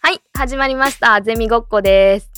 はい、始まりました。ゼミごっこです。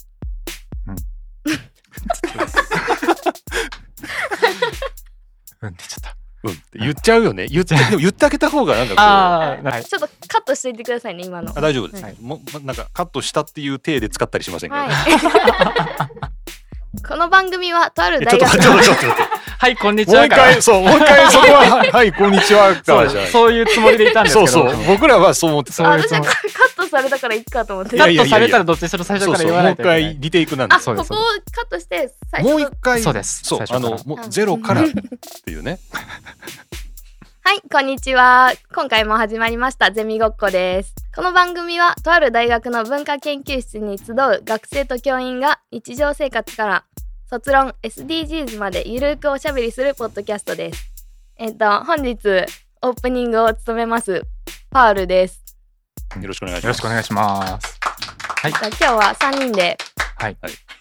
うんって言っちゃっうんって言っちゃうよね。言って、でも言ってあげた方がなんかこあーはいちょっとカットしていてくださいね、今の。う。あは大丈夫です。はいもうまなんかカットしたっていう体で使ったりしませんからね。い。 この番組はとあるえちょ大っと学待ってちょっと待ってちょっと待ってはい、こん にちもうは一から。回そうもう一回そこ ははいはいこんにちはかそらうじゃない。そういうつもりでいたんですけそど。うそう僕僕らはそう思ってそうあた。いう私つはもりこれカットされたからいいかと思っていカやいッやトいさやれたらどっちにしろ最初そうからそう言もわないう一といけない。回リテイクなんであ、す。そうでこすこをカットして、最もう初一回そうです。そう最初あからのもうゼロからっていうね。はい、こんにちは。今回も始まりました、ゼミごっこです。この番組は、とある大学の文化研究室に集う学生と教員が日常生活から卒論、SDGs までゆるくおしゃべりするポッドキャストです。えっと、本日、オープニングを務めます、パールです。よろしくお願いしよろましすくお。願いします。じゃあ今日は3人ではい。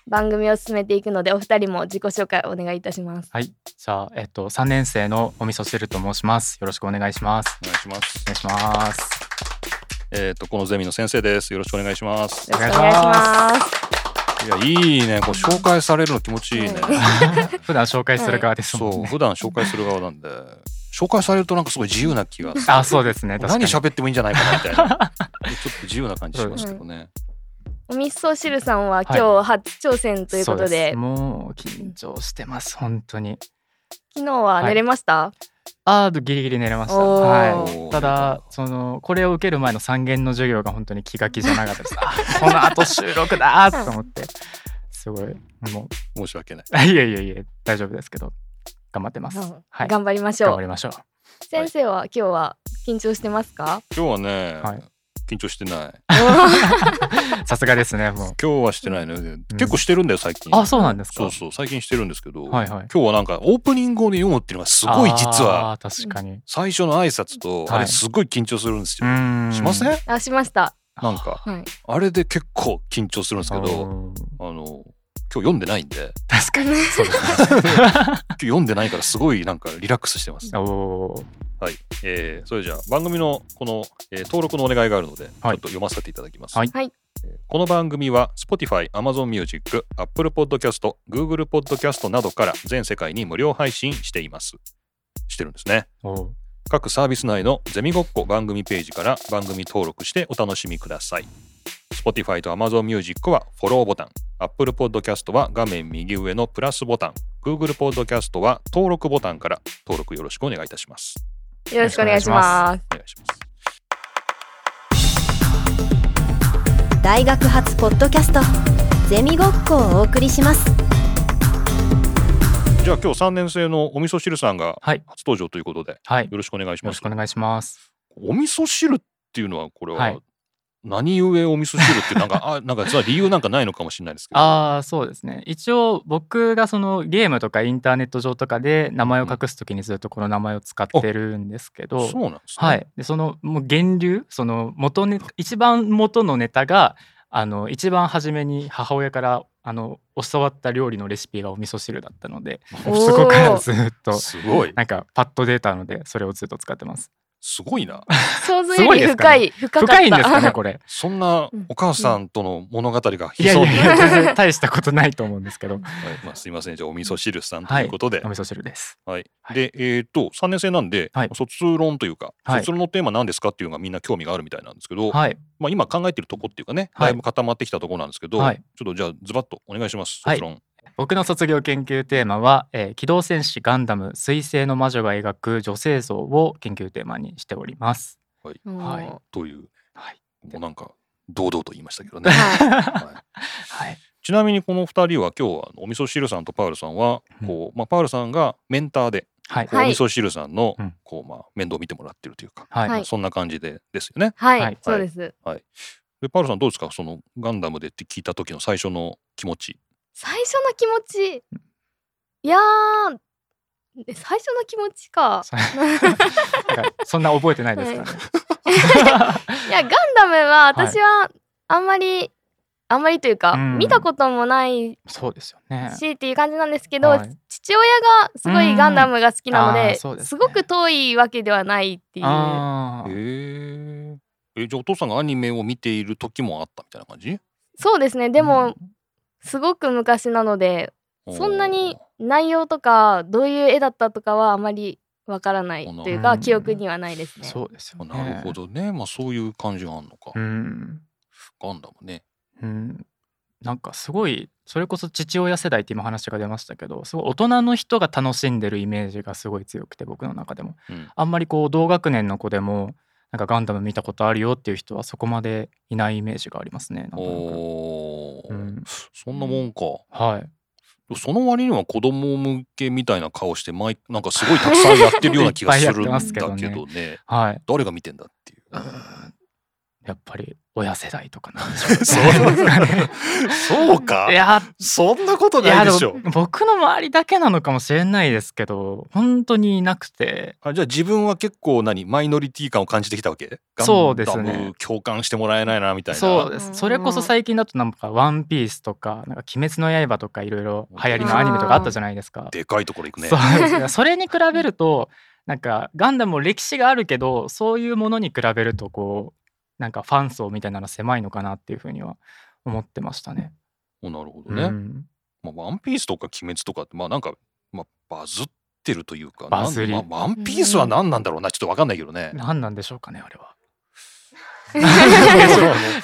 番組を進めていくので、お二人も自己紹介お願いいたします。はい。じゃあ、えっと、3年生のお味噌汁と申します。よろしくお願いします。お願いします。お願いします。えっとこのゼミの先生です。よろしくお願いします。よろしくお願いします。いやいいねこう紹介されるの気持ちいいね。普段紹介する側ですもんそうね。普段紹介する側なんで紹介されるとなんかすごい自由な気がする。あ、そうです ね。確か何に。喋ってもいいんじゃないかなみ たいなちょっと自由な感じしますけどね、おみそ汁さんは今は日初挑戦ということそで、すもう緊張してます。本当に。昨日は寝れました、あーギリギリ寝れました。おーはい。ただそのこれを受ける前の三限の授業が本当に気が気じゃなかっ たです。あこの後収録だーと思って、すごいも申し訳ないういやいやいや大丈夫ですけど頑張ってます。うんはい。頑張りまし頑ょ張うりましょう。先生は今日は緊張してます か、今日はね、はい緊張してないさすがですね。 もう今日はしてないね、結構してるんだよ最近あそうなんですか。そうそう最近してるんですけど、はいはい。今日はなんかオープニングをね読むっていうのがすごい実はあー確かに。最初の挨拶とはいあれすごい緊張するんですうよ、ーん。しませんなんあしましたかはいあれで結構緊張するんですけどおーあの今日読んでないんで確かに。そうです今日読んでないからすごいなんかリラックスしてますね。おーはい、えーそれじゃあ番組のこの、えー登録のお願いがあるので、はいちょっと読ませていただきます、はいはいえーこの番組は Spotify、Amazon Music、Apple Podcast、Google Podcast などから全世界に無料配信していますしてるんですねおー各サービス内のゼミごっこ番組ページから番組登録してお楽しみください Spotify と Amazon Music はフォローボタン Apple Podcast は画面右上のプラスボタン Google Podcast は登録ボタンから登録よろしくお願いいたしますよろしくお願いしますお願いします大学発ポッドキャストゼミごっこをお送りしますじゃあ今日3年生のお味噌汁さんがはい初登場ということで、はい。よよろしくお願いしろましすくお願いします。お味噌汁っていうのはこれは、はい何故お味噌汁ってなんか あなんかそれは理由なんかないのかもしれないですけどああそうですね一応僕がそのゲームとかインターネット上とかで名前を隠すときにずっとこの名前を使ってるんですけど、そうなんですね、はいでそのもう源流その元ネ一番元のネタがあの一番初めに母親からあの教わった料理のレシピがお味噌汁だったのでおーそこからずっとすごいなんかパッと出たのでそれをずっと使ってますすごいな想像より深い深かった深いんですかねこれそんなうんお母さんとの物語がいひやいそやんでいや全然大したことないと思うんですけどはいまあ、すいませんじゃあお味噌汁さんということで、お味噌汁ですはいはいでえっ、と3年生なんで、はい卒論というか、はい卒論のテーマ何ですかっていうのがみんな興味があるみたいなんですけど、はいまあ、今考えてるとこっていうかね、はいだいぶ固まってきたとこなんですけど、はいちょっとじゃあズバッとお願いしますはい卒論、僕の卒業研究テーマは、えー機動戦士ガンダム彗星の魔女が描く女性像を研究テーマにしております。うんはいはという、はいもうなんか堂々と言いましたけどね、はいはい、ちなみにこの2人は今日はお味噌汁さんとパウルさんはこう、まあ、パウルさんがメンターで、はい、こうはいお味噌汁さんのうんこう、まあ、面倒を見てもらってるというか、はい、はいそんな感じでですよね。はい、はいそうですでパウルさんどうですかそのガンダムでって聞いた時の最初の気持ち最初の気持ちいやーえ最初の気持ちかそ なんかそんな覚えてないですからね。いやガンダムははい私はあんまり、あんまりというか、うん見たこともない そうですよね。しっていう感じなんですけど、はい父親がすごいガンダムが好きなのうんあで,、ーそうですすねごく遠いわけではないっていうあへーええじゃあお父さんがアニメを見ている時もあったみたいな感じそうですねでも、すごく昔なのでそんなに内容とかどういう絵だったとかはあまりわからないといううかん記憶にはないですね。 そうですよおーね。なるほどねまあそういう感じがあるのか、うん。ガンダムねうん、なんかすごいそれこそ父親世代って今話が出ましたけどすごい大人の人が楽しんでるイメージがすごい強くて僕の中でもうんあんまりこう同学年の子でもなんかガンダム見たことあるよっていう人はそこまでいないイメージがありますねなんとなくおーうんそんなもんか、はいその割には子供向けみたいな顔して毎なんかすごいたくさんやってるような気がするんだけど いっぱいやってねまはい 誰が見てん だっていうやっぱり親世代と かな そうかいやそんなこといやでも僕の周りだけなのかもしれないですけど本当にいなくてあじゃあ自分は結構何マイノリティ感を感じてきたわけそうですねガンダム共感してもらえないなみたいなそうでですすねそれこそ最近だとなんか「ワンピースとか「なんか鬼滅の刃」とかいろいろ流行りのアニメとかあったじゃないですか。でかいところ行くねそうですねそれに比べるとなんかガンダムも歴史があるけどそういうものに比べるとこうなんかファン層みたいなの狭いのかなっていうふうには思ってましたね。おなるほどね、うんまあ、ワンピースとか鬼滅とかってまあなんか、まあ、バズってるというかバズりなんまあワンピースは何なんだろうなちょっとわかんないけどね何なんでしょうかねあれ は。そう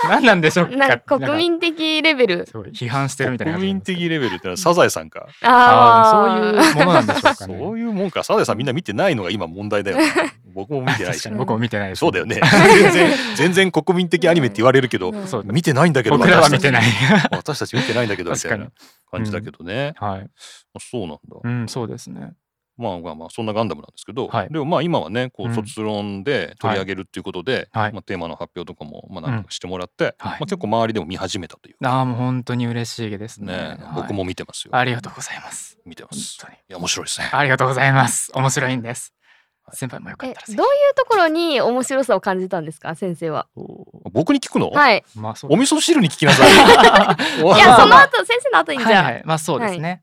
何なんでしょうかなんか国なん民的レベルかすごい批判してるみたいな感国じなん民ですけど。的レベルってのはサザエさん かああーそういうものなんでしょうかね。そういうもんかサザエさんみんな見てないのが今問題だよね僕も見てない確しかに僕も見てないです。そうだよね全然全然国民的アニメって言われるけどうんそう見てないんだけど僕らは見てないい。私たち見てないんだけどみ確たかいにな。感じだけどね、はい。あそうなんだうん、そうですね。まあまあまあそんなガンダムなんですけど、はいでもまあ今はねこううん卒論で取り上げるっていうことで、はいまあ、テーマの発表とかもまあなんかしてもらって、はいまあ、結構周りでも見始めたというかああ、もう本当に嬉しいですね。ね、はい僕も見てますよ、ありがとうございます。見てます本当にいや面白いですねありがとうございます。面白いんです。はい先輩もよかっえたらどういぜうひ。ところに面白さを感じたんですか先生は。お僕に聞くの、はい。ーまあ、そうお味噌汁に聞きなさいよ いまやあそのまあ後先生の後にじはいはゃい、まあ、そうですね。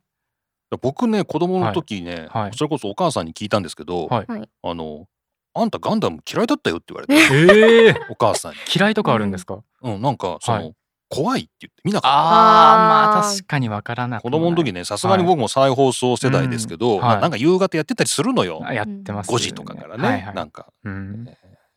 僕ね子供の時ね、はいはいそれこそお母さんに聞いたんですけど、はいはいあの「あんたガンダム嫌いだったよ」って言われて ええ、お母さんに、嫌いとかあるんですか。うん、なんかその、はい怖いって言って見なかっああ、あーまあ、確かにわからなたく子も供の時ねさすがに僕も再放送世代ですけど、うんはいまあなんか夕方やってたりするのよ、ないやってます、ね。 5時とかからね、はい、はい。なんかうん、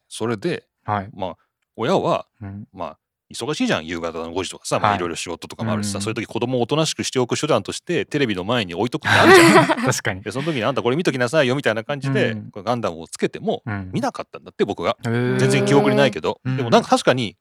それではい。まあ親はうん、まあ忙しいじゃん夕方の5時とかさ、まあはいいろいろ仕事とかもあるしさ、うんそういう時子供をおとなしくしておく手段としてテレビの前に置いとくってあるじゃん 確かに。でその時に「あんたこれ見ときなさいよ」みたいな感じで、うんこれガンダムをつけてもうん見なかったんだって僕が全全然記憶にないけど、うんでもなんか確かに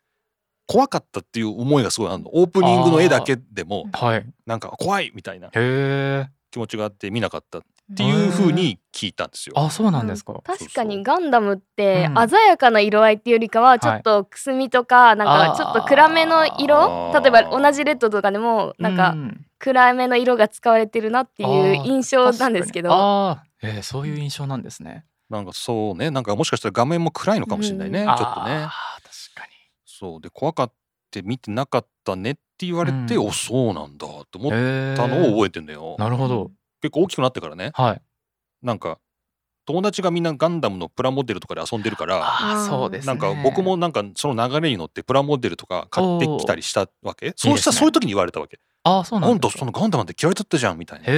怖かったっていう思いがすごいあるのオープニングの絵だけでもはい。へなんか怖いみたいなえ。気持ちがあって見なかったっん。っていう風に聞いたんですよ。あ、そうなんですか。確かにガンダムってうん鮮やかな色合いっていうよりかはちょっとくすみとかなんかちょっと暗めの色あー例えば同じレッドとかでもなんうか暗めの色が使われてるなっていう印象なんですけどあー、えーそういう印象なんですね。なんかそうねなんかもしかしたら画面も暗いのかもしれないうね、んちょっとねあ。ー確かそうで怖かって見てなかったねって言われて、うんおそうなんだと思に。っえたのを覚えてんだよ。なるほど。結構大きくなってからねはい。なんか友達がみんなガンダムのプラモデルとかで遊んでるから。ああ、そうです、なね。んか僕もなんかその流れに乗ってプラモデルとか買ってきたりしたわけそうしたいいですねそういう時に言われたわけああ、そう「ななんんでだすそか。のガンダムなんて嫌いだったじゃん」みたいなへ へ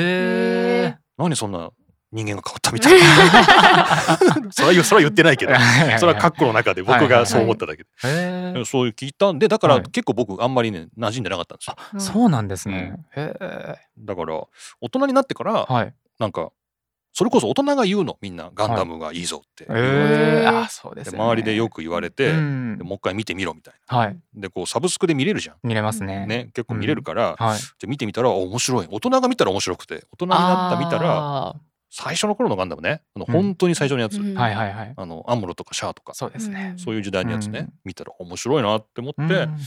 え。 「何そんな人間が変わった」みた いな それは言うそれは言ってないけどそれは括弧の中で僕がそう思っただけでへえ。そういう聞いたんでだからはい結構僕あんまりね馴染んでなかったんですようんそうなんですね。へえ。だから大人になってからはい。なんかそれこそ大人が言うのみんなガンダムがいいぞって、えへえ。ーああ、そうで、ですね。周りでよくく言われて、うんでもう一回見てみろみたいはい。なでこうサブスクで見れるじゃん見れますね。ね結構見れるから、じゃはい。あ見てみたらあ面白い大人が見たら面白くて大人になった見たらあ最初の頃のガンダムねあのうん本当に最初のやつ、うんーはいはいはい。あのアムロとかシャアとかそうですね。そういう時代のやつね、うん見たら面白いなって思って、うん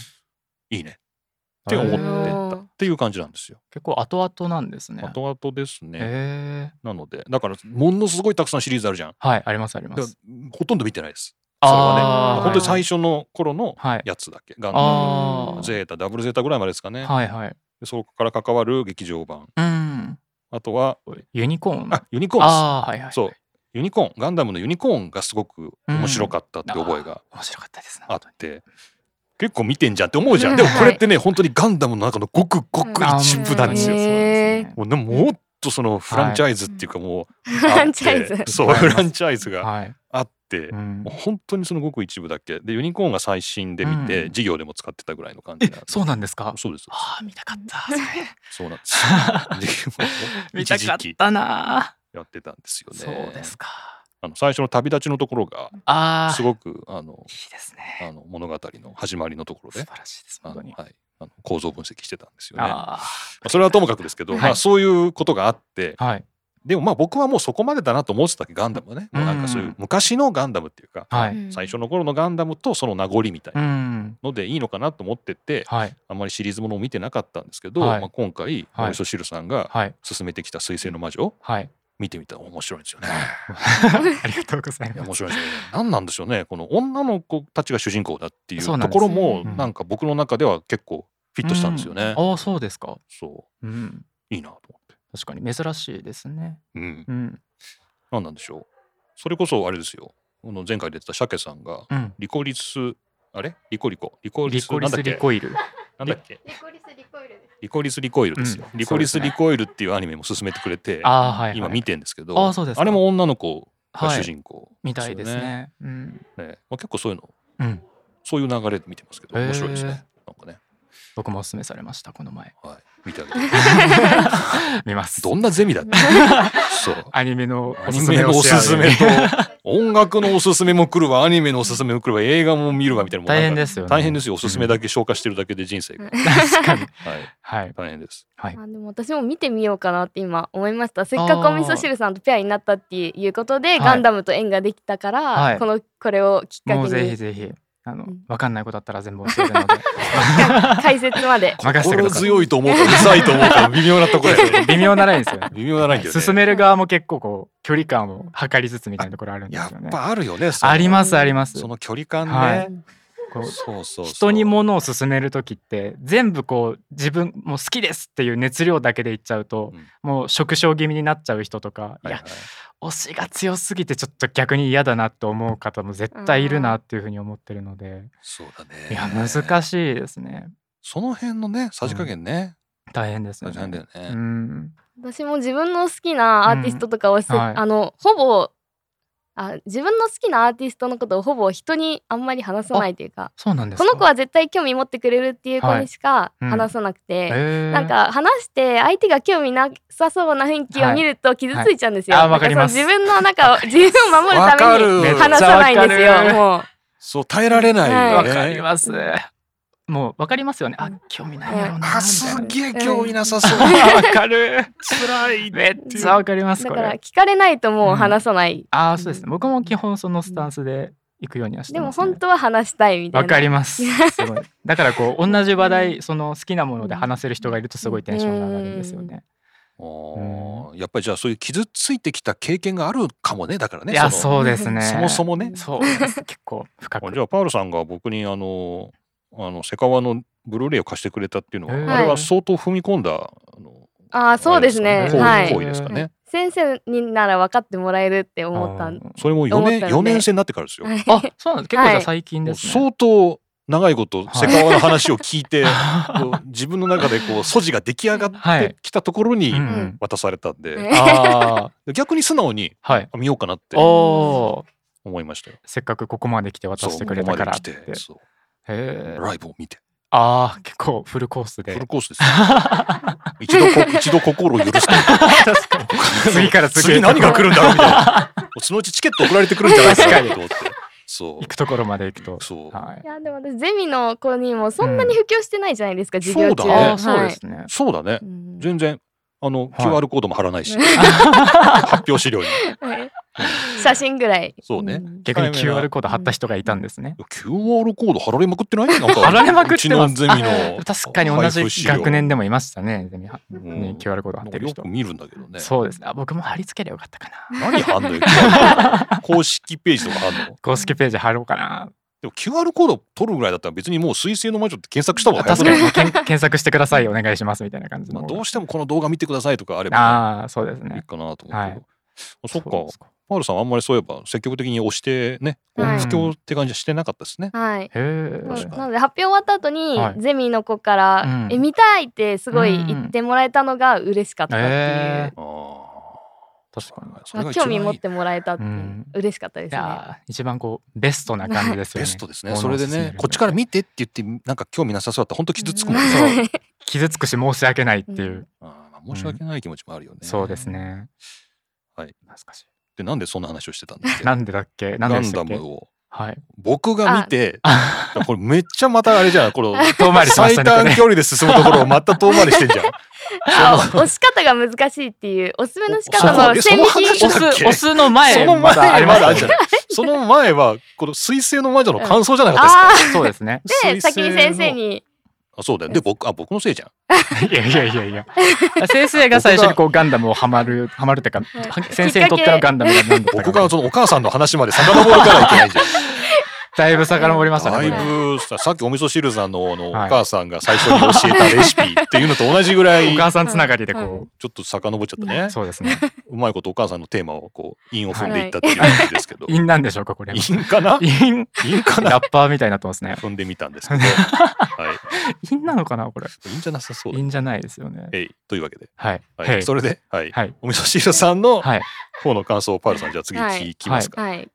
いいねって思ってたっていう感じなんですよ。結構後々なんですね。後々ですね。へえ。なのでだからものすごいたくさんシリーズあるじゃん。はい、ありますありまだからす。ほとんど見てないです。あそれはあねー本当に最初の頃のはい。やつだけガンダあうムんあ。ゼータダブルゼータぐらいまでですかね。はいはい。でそこから関わる劇場版うん。あとはユニコーン。あユニコーンです。ああー、はいはい。そう。ユニコーンガンダムのユニコーンがすごく面白かったって覚えが面白かったですねあって、結構見てんじゃんって思うじゃん、でもこれってね本当にガンダムの中のごくごく一部なんですよ、うんもうでももっとそのフランチャイズっていうかもう、フランチャイズあってそうはいフランチャイズがはい、あって、うんもう本当にそのごく一部だけでユニコーンが最新で見て、うん授業でも使ってたぐらいの感じえなんでそうなんですかそうですあー見たかったそれそうなんです で見一たか時っ期たなやってたんですよねそうですかあの最初の旅立ちのところがああすごくあいのいですねあの物語の始まりのところ素で晴らしいですあ本の、当はいに、あの構造分析してたんですよね。まああ、それはともかくですけど、はいまあ、そういうことがあってあはいでもまあ僕はもうそこまでだなと思ってたわけガンダムはねもうなんかそういううん昔のガンダムっていうか、 はういん最初の頃のガンダムとその名残みたいうなんのでいいのかなと思っててはいあんまりシリーズものを見てなかったんですけど、はいまあ、今回はい森磯汁さんがはい進めてきた「水星の魔女」はい見てみたら面白いんですよね。ありがとうございいやま面白いですよね。何なんでしょうね。この女の子たちが主人公だっていうそうなとんですころもうんなんか僕の中では結構フィットしたんですよね。すああそうですかそうんういいなと思って。確かに珍しいですねうん。うん何なんでしょう。それこそあれですよ。この前回出てた鮭さんがうんリコリスあれリコリコリコリリスコリなんだスっけリコイルなんだっけリコリスリコイルです。リコリスリコイルですよ。うんリコリスそうですねリコイルっていうアニメも勧めてくれて、ああはい、はい、今見てんですけど、あそうですかれも女の子がはい主人公みたいですよね。ねうん、ねまあ結構そういうのうん、そういう流れで見てますけど面白いですね。なんかね。僕もおすすめされましたこの前はい、見てあげて。見ますどんなゼミ だったそう。アニメのおアニすすメめのをおシェすアすめと、音楽のおすすめも来るわ、アニメのおすすめも来るわ、映画も見るわ、みたいな。大変ですよね大変ですよ。おすすめだけ消化してるだけで人生が。確かにはい。はい大変です。はいあでも私も見てみようかなって今思いましたせっかくお味噌汁さんとペアになったっていうことで、いガンダムと縁ができたから、はいこのこれをきっかもうぜひけにぜひあの、うんわかんないことあったら全部教え るので解説まで任せてくだ心さい強いと思うか、うざいと思うか、微妙なところや ね微妙なラインですよね微妙なラインだよね。進める側も結構こう距離感を測りつつみたいなところあるんでやすよねっ。ぱあるよね。ありす。ますあります。その距離感はねい。こうそうそうそう。人にものを勧める時って全部こう自分もう好きですっていう熱量だけでいっちゃうと、うんもう縮小気味になっちゃう人とか、はいいはやい、推しが強すぎてちょっと逆に嫌だなと思う方も絶対いるなっていうふうに思ってるので、そうだね。いや難しいですね。その辺のね、さじ加減ね。大変ですよ大ね。変だよねう。ん、私も自分の好きなアーティストとかをし、うんはいあのほぼあ自分の好きなアーティストのことをほぼ人にあんまり話さないというかそうなんですこか。の子は絶対興味持ってくれるっていう子にしかうん話さなくて、えーなんか話して相手が興味なさそうな雰囲気を見ると傷ついちゃうんですよ。はいあーわかりますなんその自分の中を自分を守るわたかめにる。めっちゃ話さないんですわかよ。るもうそう、耐えられないよわね。かります。もうわかりますよね。あ興味ないやろうなみたいな。あすげえん興味なさそう。わかる。辛い。めっちゃわかりますだこかられ。聞かれないともう話さない。ああそうですね。僕も基本そのスタンスで行くようにはしてでもます、ね。本当は話したいみたいな。わかります。すごい。だからこう同じ話題その好きなもので話せる人がいるとすごいテンションが上がるんですよね。おーやっぱりじゃあそういう傷ついてきた経験があるかもねだからねいやそのそうですね。そもそもねそうなんです結構深く。じゃあパウロさんが僕にあのあのセカワのブルーレイを貸してくれたっていうのは、うんあれは相当踏み込んだあのああそうですあれね。かはねい行。為行為ですかね、先生になら分かってもらえるって思ったんで。それも4思っ年たんで四年生になってからですよ、はいあそうなんです。結構じゃはあい最近もでうすね。相当長いこはといセカワの話を聞 いて、あこう自分の中でこう素地が出来上がってきたところにうんうん渡されたんで、ねあで逆に素直にーはい。あ見ようかなってお おー。思いましたよ。せっかくここまで来て渡そうしてこくこれたまかでらっ来て。てそうへえ。ライブを見てああ結構フルコースフでル。コースで すよ一度こ一度心を許して次から次へ次何が来るんだろうみたい なそのうちチケット送られてくるんじゃないかなと思ってそ行くところまで行くとう。そうはいい。やでも私ゼミの子にもそんなに布教してないじゃないですか、授業中。そうだあねはあいそうですね。そうだねうん全然あのはい QR コードも貼らな いし発表資料にはい写真ぐらい。そうねん逆に一回目は QR コード貼った人がいたんですね。 QR コード貼られまくってないなんか貼られまくってますうちのゼミの確かに同じ学年でもいましたね。ゼミはうねん QR コード貼っなんかてるよ人く。見るんだけどねそうですね。あ僕も貼り付ければよかったかな。何貼ん のよ QR コード公式ページとか貼んの公式ページ貼ろうかな。でも QR コード取るぐらいだったら別にもう「水星の魔女」って検索した方が早確くかないに検検索してくださいお願いしますみたいな感じまのあ、方が。どうしてもこの動画見てくださいとかあればね、ああそうですいいね。かなと思うけど、はいあそっかうですパールさんはあんまりそういえば積極的に押してね、はい布教って感じはしてなかったですね。はいへえそう確かになので発表終わった後に、はいゼミの子から「うんえ見たい!」ってすごい言ってもらえたのが嬉しかったっていう、へああ、確かにに。それまがあ、一番興いい味持ってもらえたっていう、うん嬉しかったでいすね。やー一番こ うベストな感じですよねベストですね。もそのれをで進めるにはね、こっちから見てって言って、なんか興味なさそうだったら、本当傷つくもんね。 そう 傷つくし申し訳ないっていう、うんあーまあ申し訳ない気持ちもあるよね。そうです。ねはい懐かしで、なんでそんな話をしてたんですい か。なんでだっけなガんででンしたダっけムを。はい 僕が見て、あこれめっちゃまたあれじゃん、この。遠回りしまし最たねこれ短距離で進むところをまた遠回りして んじゃん。あ押し方が難しいっていうおすすめの仕方そうのえそ線の引話き押すだっけ押すの前その前まだありまするじゃない。その前は、この水星の魔女の感想じゃなかったあですか。そうですね で先に先生に。にあ、そうだよ。で、僕、あ、僕のせいじゃん。いやいやいやいや 先生が最初にこうガンダムをハマるハマるっていうかはい先生にとってのガンダムが何だった僕かがねそのお母さんの話まで遡るからいけないじゃん。だいぶ遡 りましたねだいこれぶささっきお味噌汁さんのあのおはい母さんが最初に教えたレシピっていうのと同じぐらいおちょ母さんつながりではこっと遡っちゃったう、ねそうですねうまいことお母さんのテーマをこう韻を踏んでいったっていう感じですけど韻、因なんでしょうかこれはかな因韻かなラッパーみたいになってますね踏んでみたんですけ どは因なのかなこれい韻じゃなさそうだ因じゃないですよねえいというわけで、はいはいはいそれで、はいはいお味噌汁さんのはい方の感想をパールさんじゃあ次聞きますか、はい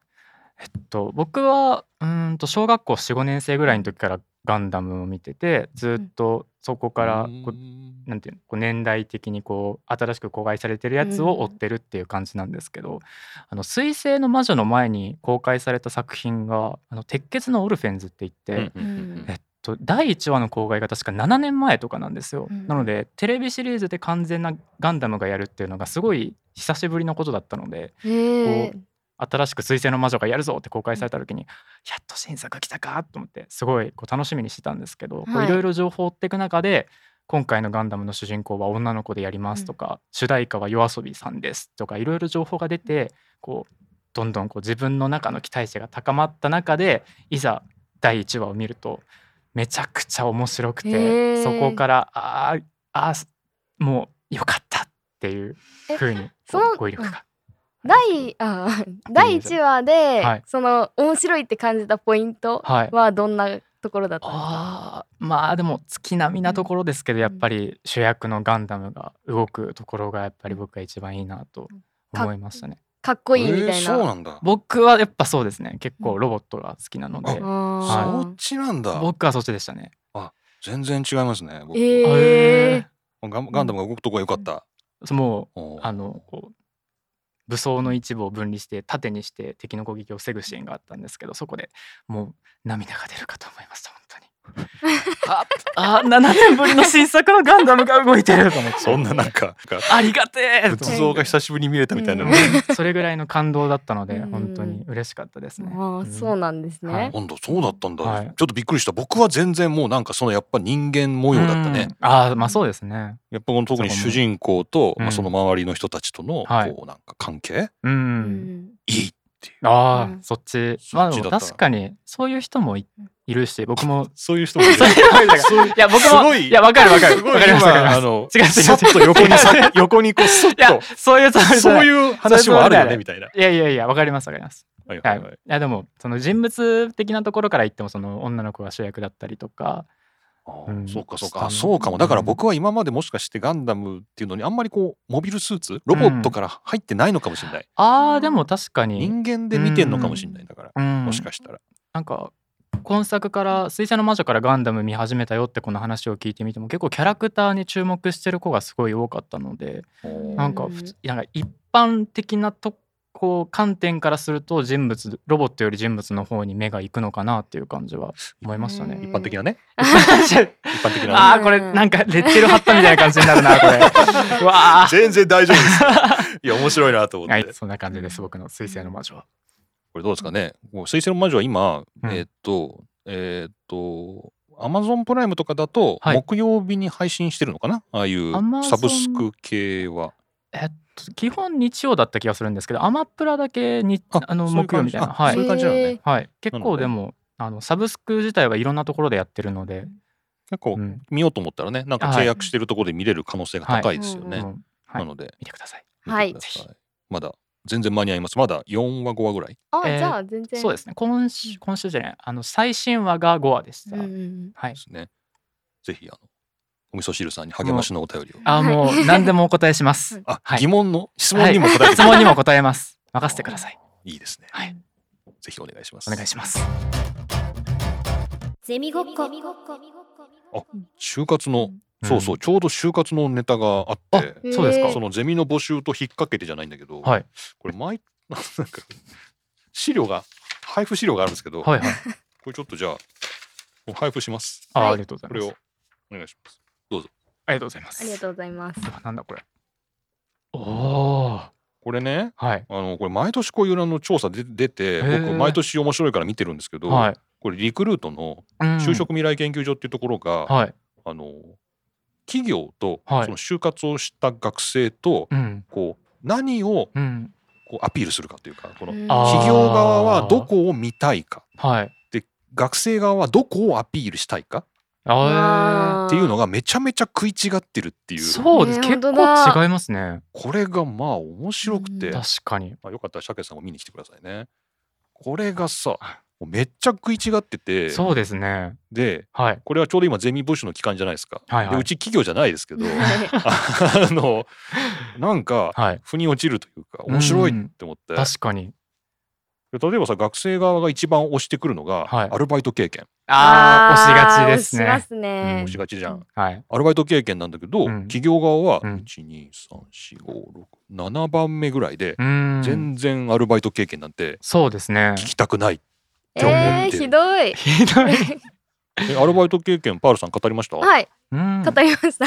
と僕はうーんと小学校45年生ぐらいの時からガンダムを見ててずっとそこからこううなんていうのこう年代的にこう新しく公開されてるやつを追うんってるっていう感じなんですけど「あの水星の魔女」の前に公開された作品が「あの鉄血のオルフェンズ」って言って、んうんうんえっと、第1話の公開が確か7年前とかなんですよ、うんなのでテレビシリーズで完全なガンダムがやるっていうのがすごい久しぶりのことだったのでへえ新しく「水星の魔女」がやるぞって公開された時にやっと新作来たかと思ってすごいこう楽しみにしてたんですけどこうはいいろいろ情報を追っていく中で今回のガンダムの主人公は女の子でやりますとか主題歌は YOASOBI さんですとかいろいろ情報が出てこうどんどんこう自分の中の期待値が高まった中でいざ第1話を見るとめちゃくちゃ面白くへてーそこからあーあーもうよかったっていうえふうにその語彙力が。第あ 第一話で、はいその面白いって感じたポイントはい、はどんなところだったんですかあーまあでも月並みなところですけど、うんやっぱり主役のガンダムが動くところがやっぱり僕が一番いいなとか思いましたね。かっこいいみたえーいな。そうなんだ僕はやっぱそうですね結う構んロボットが好きなので、あーそっちなんだ僕はそっちでしたね。全然違いますね僕ええガンガンダムが動くとこが良かった、ーもおうーあのこう武装の一部を分離して縦にして敵の攻撃を防ぐシーンがあったんですけどそこでもう涙が出るかと思いました本当に。あ あ7年ぶりの新作のガンダムが動いてると思ってそんななんかなんかありがてえと思って 仏像が久しぶりに見れたみたいな、うんそれぐらいの感動だったので、うん本当に嬉しかったですね。ああそうなんですね。はいなんだそうだったんだ、はいちょっとびっくりした僕は全然もうなんかそのやっぱ人間模様だったね、うんああ、まあそうですね。やっぱこの特に主人公と、うんまあ、その周りの人たちとのこうはいなんか関係、うん。うんいいああ、うんそっち。そっちまあでだもった確かに、そういう人もいいるし、僕 も。そういう人もいるそういう人がいや、僕すごも、いいや、わかるわかする。ごわいかりますわかり今まあす。違う違のう違うさっと横にさ違 う横にこうそっいやと、そういうつもりじゃそなういいう話もあるよねみたいな。いやいやいや、わかりますわかります。はいははいい。いはいや、でも、その人物的なところから言っても、その女の子が主役だったりとか、あうーんそうかそう下かのそうかもだから僕は今までもしかしてガンダムっていうのにあんまりこうモビルスーツロボットから入ってないのかもしれない、ああ、でも確かに。人間で見てんのかもしれないだから、うんもしかしたらなんか今作から「水星の魔女」からガンダム見始めたよってこの話を聞いてみても結構キャラクターに注目してる子がすごい多かったのでうんなんか普通なんか一般的なとこう観点からすると人物ロボットより人物の方に目が行くのかなっていう感じは思いましたうねん。一般的なね一般的 なあーこれなんかレッテル貼ったみたいな感じになるなこれ。 うわー全然大丈 夫ですいや面白いなと思って、はいそんな感じです僕の「水星の魔女は」これどうですかねもう水星の魔女は今、うんえーっとえーっとアマゾンプライムとかだとはい木曜日に配信してるのかな、ああいう Amazon サブスク系はえっと基本日曜だった気がするんですけどアマプラだけにあのそういう木曜感みじたいな。あはいそういう感じなのね、へーはい、結なの構ででもあのサブスク自体はいろんなところでやってるので、結構うん見ようと思ったらねなんかは契い約してるところで見れる可能性が高いですよはね、いもうは、ないので見てください。はい見てくださいまだ全然間に合いますまだ4話5話ぐらいあ、えーじゃあ全然そうですね今週今週じゃないあの最新話が5話でした、うんうんはいですね、ぜひあのお味噌汁さんに励ましのお便りをあはいもう何でもお答えしますあ、はい疑問の質問にも答えてくれる、質問にも答えます任せてくださいいいですねはいぜひお願いしますお願いしますゼミごっこ就活のそうそう、ちょうど就活のネタがあってうんそうですかへーそのゼミの募集と引っ掛けてじゃないんだけど、はいこれ毎 なんか資料が配布資料があるんですけど、はいはいこれちょっとじゃあもう配布しますあはいありがとうございまこすれをお願いしますありがとうございまありがすとうございます。あなんだこれおおこれねはいあのこれ毎年こういうあの調査で出てー僕毎年面白いから見てるんですけど、はいこれリクルートのうん就職未来研究所っていうところが、はいあの企業とそはいの就活をした学生とうんこう何をうんこうアピールするかというかこのうんあー企業側はどこを見たいかはい学生側はどこをアピールしたいかあ あーっていうのがめちゃめちゃ食い違ってるってーいうそうですね結本当だ構違いますねこれがまあ面白くて、うんま確かにあ、よかったら鮭さんも見に来てくださいね。これがさもうめっちゃ食い違っててそうですねではいこれはちょうど今ゼミ募集の期間じゃないですか。はいはいでうち企業じゃないで すけどはあのなんかはい腑に落ちるというか面白いって思って、確かに例えばさ学生側が一番推してくるのが、はいアルバイト経験、ああ押しがちです押しまねすね推しがちじゃん、うんはいアルバイト経験なんだけど、うん企業側はうん1234567番目ぐらいで、うん全然アルバイト経験なんてそうですね聞きたくない、えじゃあ思ーってるひど い。ひどいえアルバイト経験パールさん語りました、はい、 うん語りました。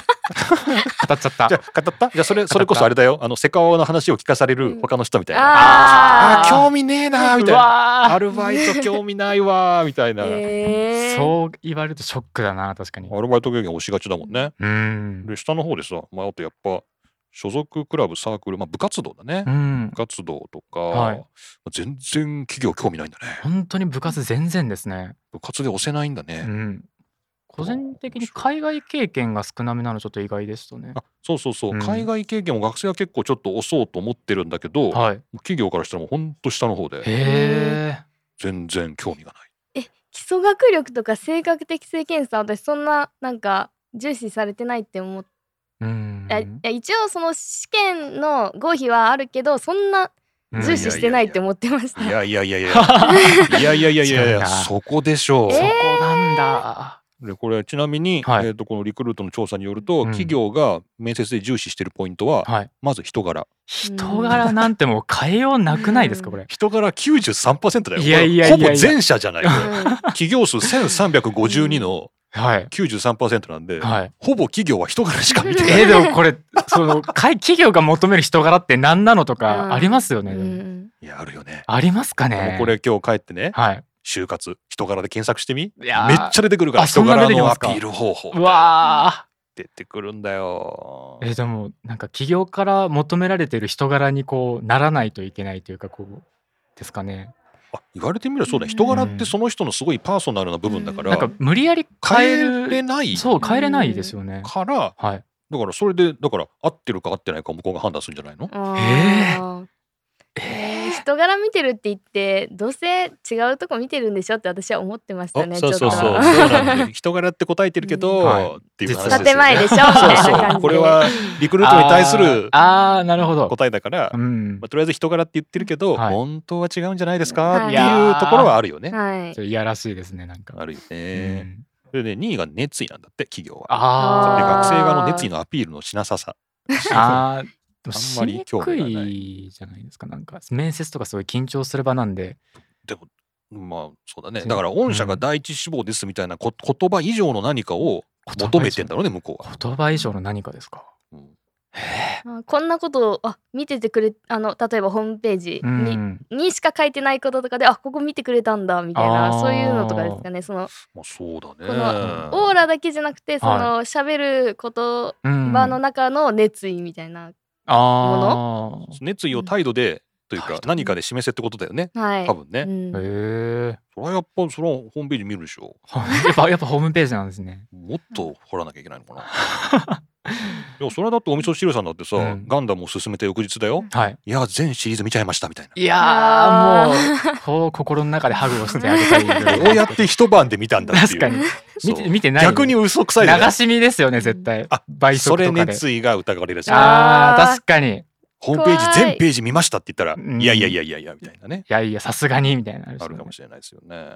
当たっちゃったじゃあ語ったじゃあそれそれこそあれだよあのセカオワの話を聞かされる他の人みたいな、ああーー興味ねえなーみたいなアなルバイト興味ないわーみたいな、えーそう言われるとショックだな確かにアルバイト経験推しがちだもんねうんで下の方でさ、まあ、あとやっぱ所属クラブサークル、まあ、部活動だね、うん部活動とか、はいまあ全然企業興味ないんだね本当に部活全然ですね部活で押せないんだうね、ん個人的に海外経験が少なめなのちょっと意外でしたねあそうそうそう、うん海外経験を学生は結構ちょっと押そうと思ってるんだけど、はい企業からしたらもうほんと下の方でへえ全然興味がない基礎学力とか性格適性検査私そんななんか重視されてないって思っうんいやいや一応その試験の合否はあるけどそんな重視してないって思ってました。 いえやいやいやいやそいやいやいやいやい違うなやそこでしょう、えーこなんだでこれちなみに、はいえー、とこのリクルートの調査によるうと、ん企業が面接で重視してるポイントは、はいまず人柄人柄なんてもう変えようなくないですかこれ人柄93%だよいやいやいやいやほぼ全社じゃないこ れうん企業数1352のはい93%なんで、はい ほぼ企業は人柄しか見てないえー、でもこ れその会企業が求める人柄って何なのとかありますよね、うんいやあるよねありますかでねもこれ今日帰ってねはい就活人柄で検索してみいやーめっちゃ出てくるからあそ人んな柄出てきのまアすかピール方法うわ出てくるんだよーえーでもなんか企業から求められてる人柄にこうならないといけないというかこうですかねあ言われてみればそうだ人柄ってその人のすごいパーソナルな部分だかなんらか無理やり変える変えれないそう変えれないですよね、からはいだからそれでだから合ってるか合ってないか向こうが判断するんじゃないのあえーえ人柄見てるって言ってどうせ違うとこ見てるんでしょって私は思ってましたねそうそうそうちそょうっと なんだよ人柄って答えてるけど、うんはいっていう話ですよね建前でしょみそうたいなそう感じでこれはリクルートに対するあーあーなるほど、答えだから、うんまあ、とりあえず人柄って言ってるけど、はい本当は違うんじゃないですかはっいていうところはあるよね。はいちょっといやらしいですねなんか、あるようね。んそれで2位が熱意なんだって企業は。であ学ー生側の熱意のアピールのしなささ。あーでもあんまり興味がないしにくいじゃないですかなんか面接とかすごい緊張する場なんででもまあそうだね。だから御社が第一志望ですみたいなこ言葉以上の何かを求めてんだろうね向こうは。言葉以上の何かですかうんあーこんなことをあ見ててくれあの例えばホームページうにんにしか書いてないこととかであここ見てくれたんだみたいあーなそういうのとかですかねそのまあそうだね。こオーラだけじゃなくてその喋る言うん葉の中の熱意みたいな、あー熱意を態度でという態か度何かで示せってことだよね。はい多う分ね。んへえそれはやっぱそのホームページ見るでしょ。 やっぱやっぱホームページなんですね もっと掘らなきゃいけないのかな。いやそれだってお味噌汁さんだってさ、うんガンダムを進めて翌日だよはい。いや全シリーズ見ちゃいましたみたいいやーもうこう心の中でハグをしてあげたいぐらないどうやって一晩で見たんだってい確かうに見そてう見てない逆に嘘くさいじゃない流し見ですよね絶対あ倍そ速れとかで熱意が疑われるやつあああーー確かにいホームページ怖い全ページ見ましたって言ったうらんいやいやいやいやいやみたいなねやいやさすがにみたいなあるかもしれないですよね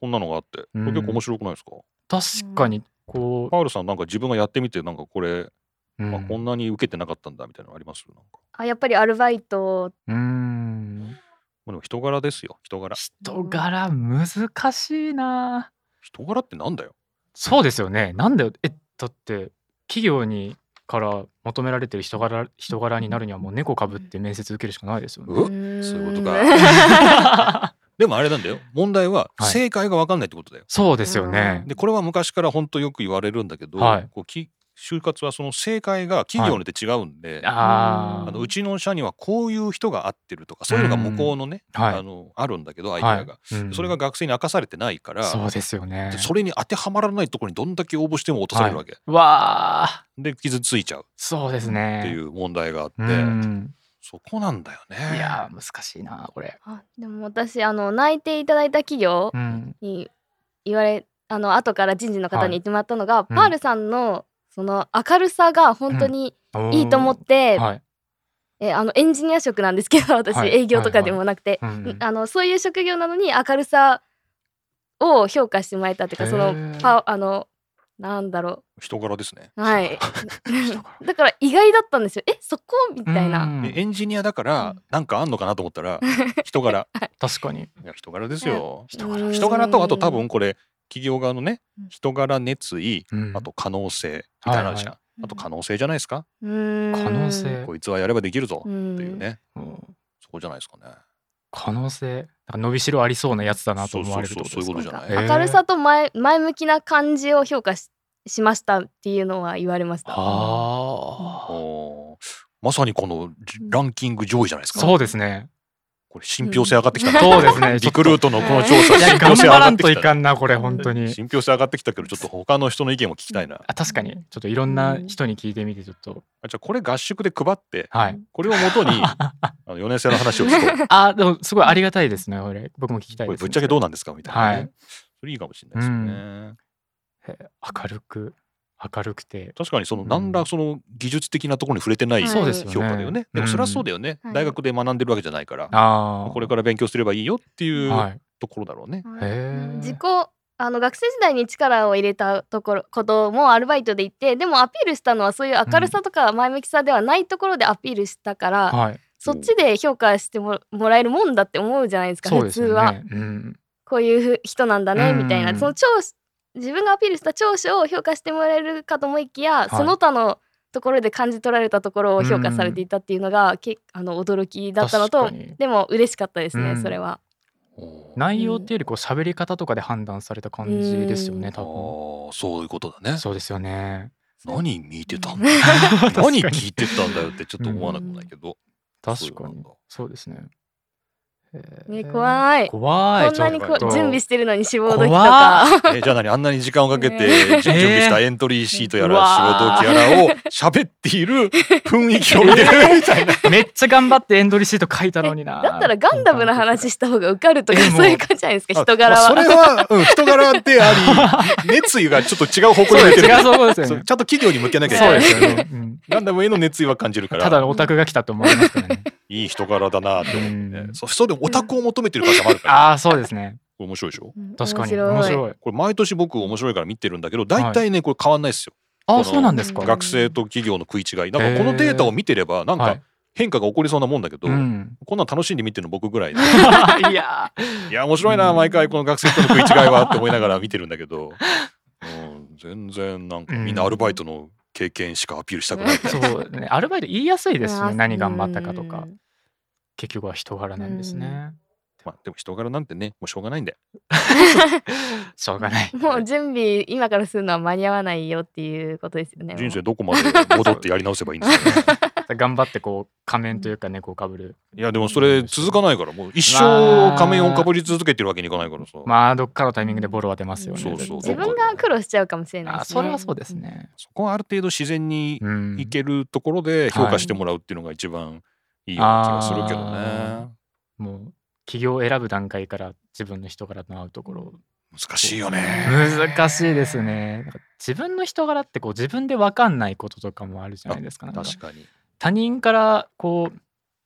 こんなのがあってこうれん結構面白くないですか確かにこパウルさんなんか自分がやってみてなんかこれううあんこんなに受けてなかったんだみたいなのありますなんかあやっぱりアルバイトうんまあでも人柄ですよ人柄人柄難しいな人柄ってなんだよそうですよねなんだよえだって企業にから求められてる人柄人柄になるにはもう猫かぶって面接受けるしかないですよねううーんそういうことかでもあれなんだよ問題ははい正解が分かんないってことだよ、 そうですよねでこれは昔から本当よく言われるんだけど、はいこうき就活はその正解が企業によって違うんで、ああーのうちの社にはこういう人が合ってるとかそういうのが向こうのね、はいあのあるんだけどアイデはアいが、うんそれが学生に明かされてないからそうですよねでそれに当てはまらないところにどんだけ応募しても落とされるわけ、わあで傷ついちゃうそうですねっていう問題があって、うんそこなんだよね。いやー難しいなこれ、あでも私あの内定いただいた企業うん、に言われあの後から人事の方に言ってもらったのが、うんパールさんのその明るさが本当にいいと思って、はい、えあのエンジニア職なんですけど私、はい営業とかでもなくて、うんあのそういう職業なのに明るさを評価してもらえたっていうへかーそのパあのなんだろ人柄ですねうはいだから意外だったんですよえそこみたいな、うんでエンジニアだからうんなんかあんのかなと思っ たら人柄確かにいや人柄ですよ人柄人柄とあと多分これ企業側のねうん人柄熱意うんあと可能性みたいなのあるじゃん、はあと可能性じゃないですか、うーん可能性こいつはやればできるぞっていうね、うんそこじゃないですかね可能性なんか伸びしろありそうなやつだなと思われるってことですそうかいうことじなゃなんいか明るさと前前向きな感じを評価ししましたっていうのは言われました。あーおーまさにこのじランキング上位じゃないですかそうですねこれ信憑性上がってきたなそうです ねリクルートのこの調ちょ査っいや信頑憑張性上がらっんてときいたかなんなこれ本当に信憑性上がってきたけどちょっと他の人の意見も聞きたいなあ確かにちょっといろんな人に聞いてみてちょっとあじゃあこれ合宿で配ってはいこれをもとにあの4年生の 話を聞こうあでもすごいありがたいですねこれ僕も聞きたいこでれすぶっちゃけどうななんですかみたいなね、はいそれいいかもしれないですよね、明るく明るくて確かにそのうん何らその技術的なところに触れてないはい評そうですよね価だよね、でもそれはそうだよね、うん大学で学んでるわけじゃないから、ああこれから勉強すればいいよっていうはいところだろうね、はいへえ自己あの学生時代に力を入れたところこともアルバイトで言ってでもアピールしたのはそういう明るさとか前向きさではないところでアピールしたから、はいそっちで評価してももらえるもんだって思うじゃないですかそう普です通よは、ねうんこういう人なんだねうんみたいなその長所自分がアピールした長所を評価してもらえるかと思いきや、いその他のところで感じ取られたところを評価されていたっていうのが、けあの驚きだったのと確かにでも嬉しかったですね、うんそれは。おー内容っていうよりこう喋り方とかで判断された感じですようねんあ多ーそういうことだね分そうですよね何見てたんだ よ何何聞いてたんだよってちょっと思わなくもないけど、確かそうなんにだそうですねえねー怖い怖いこんなにこうちょっと準備してるのに志望時と怖かえじゃあ何あんなに時間をかけて、ねじ準備したエントリーシートやらうわー仕事やらを喋っている雰囲気を見てるみ たいなめっちゃ頑張ってエントリーシート書いたのに なだったらガンダムの 話した方が受かるとかえもうそういう感じじゃないですか人柄あそは。れは、うん、人柄 であり熱意がちょっと違う方向にそう向いですてる違うそうですよそうねちゃんと企業に向けなきゃそういけなでいすよねうんガンダムへの熱意は感じるから ただオタクが来たと思いますからねいい人柄だなって思うね、 うんそそうでもオタクを求めてる会社もあるからああそうですねこれ面白いでしょうん確かに面面白い白いこれ毎年僕面白いから見てるんだけど大体ねこれ変わんないですよ、あこのあそうなんですかうん学生と企業の食い違いなんかこのデータを見てればなんはかい変化が起こりそうなもんだけど、うんこんなん楽しんで見てるの僕ぐらい でいやーいや面白いなうん毎回この学生との食い違いはって思いながら見てるんだけど、うん、全然なんかみんなアルバイトの経験しかアピールし たくないみたいなそうねアルバイト言いやすいですしあねー何頑張ったかとかうん結局は人柄なんですねまあでも人柄なんてねもうしょうがないんでしょうがないもう準備今からするのは間に合わないよっていうことですよね。人生どこまで戻ってやり直せばいいんですかね頑張ってこう仮面というか猫をかぶる いやでもそれ続かないからもう一生仮面をかぶり続けてるわけにいかないからさ、まあどっかのタイミングでボロは出ますよねそうそう絶自対分が苦労しちゃうかもしれないし、あね、それはそうですね、そこはある程度自然にうん、いけるところで評価してもらうっていうのが一番いいような気がするけどね、あもう企業を選ぶ段階から自分の人柄の合うところ難しいよね難しいですねなんか自分の人柄ってこう自分で分かんないこととかもあるじゃないですかなんか確かに他人からこう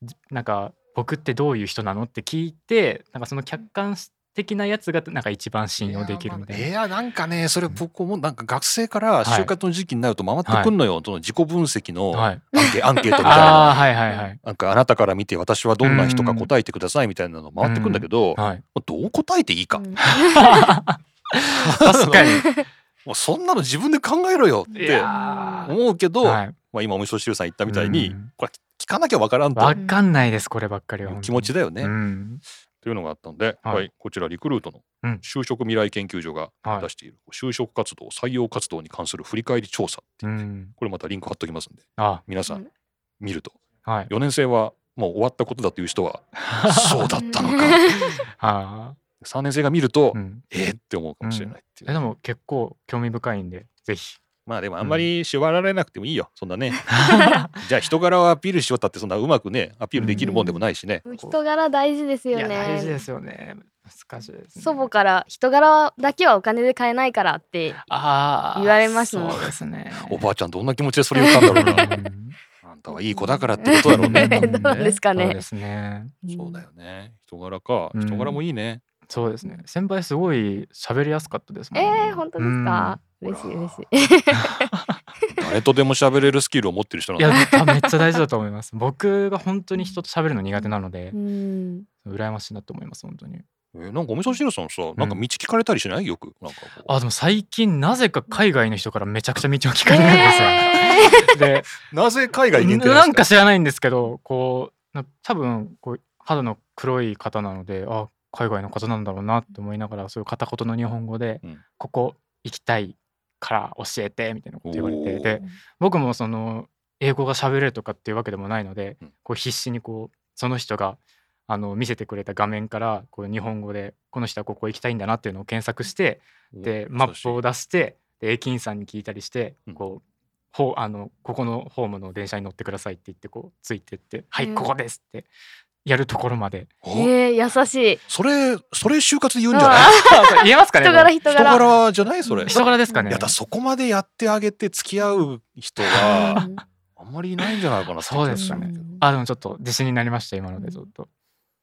じなんか僕ってどういう人なのって聞いてなんかその客観視的なやつがなんか一番信用できるみたいいな。やなんかねそれ僕もなんか学生から就活の時期になると回ってくんのよ、その自己分析のアはンい、ケ,、 アンケートみたいああな。はいはいはいなんかあなたから見て私はどんな人か答えてくださいみたいなの回ってくんだけど、はい。どう答えていいか、 うん 確かに。もうそんなの自分で考えろよっいてやー思うけど、はいまあ、今お味噌汁さん言ったみたいに、うんこれ聞かなきゃわからんとわかんないですこればっかりは。気持ちだだよね、うっん。ていうのがあったんで、はいはいこちらリクルートのうん就職未来研究所がはい出している就職活動採用活動に関する振り返り調査ってういうね、ん。これまたリンク貼っときますんであ皆さうんん見るとはい。 4年生はもう終わったことだという 人はそうだったのかあ3年生が見ると、ーうん。えーって思うかもしれないっていう、えでも結構興味深いんでぜひ。まあでもあんまり縛られなくてもいいよそんなねじゃあ人柄をアピールしよったってそんなうまくねアピールできるもんでもないしね、こう人柄大事ですいよや大事でねすよね。難しいですね。祖母から人柄だけはお金で買えないからってあー言われますもんそうですね。おばあちゃんどんな気持ちでそれ言ったんだろうなうんあんたはいい子だからってことだろ うね。多分ねどうですかねそうですね。そうだよね。人柄か。うん人柄もいいね。そうですね。先輩すごい喋りやすかったですもんね、えー、本当ですか、嬉しい嬉しい誰とでも喋れるスキルを持ってる人うんないんだ。やあめっちゃ大事だと思います。僕が本当に人と喋るの苦手なのでう、ん羨ましいなと思います本当に。えーなんかお味噌汁さんさ、なんか道聞かれたりしないよく。なんかこうあでも最近なぜか海外の人からめちゃくちゃ道を聞かれるんですよ。えーでなぜ海外限定なんかです知らないんですけどこうな多分こう肌の黒い方なのであ海外の方なんだろうなって思いながらそういう片言の日本語で、うんここ行きたいから教えてみたいなこと言われおてーで僕もその英語が喋れるとかっていうわけでもないので、うんこう必死にこうその人があの見せてくれた画面からこう日本語でこの人はここ行きたいんだなっていうのを検索して、かでおマップを出してで駅員さんに聞いたりして、うんこうほうあのここのホームの電車に乗ってくださいって言ってこうついてって「はういんここです」ってやるところまでおえー、優しいそれそれ就活で言うんじゃない？あ そう言えますかね人柄こ人人柄柄じゃないそれ。れい人柄ですかねやだそこまでやってあげて付き合う人うはんあんまりいないんじゃないかな。そうですかうねんあでもちょっと自信になりました今のでちょっと、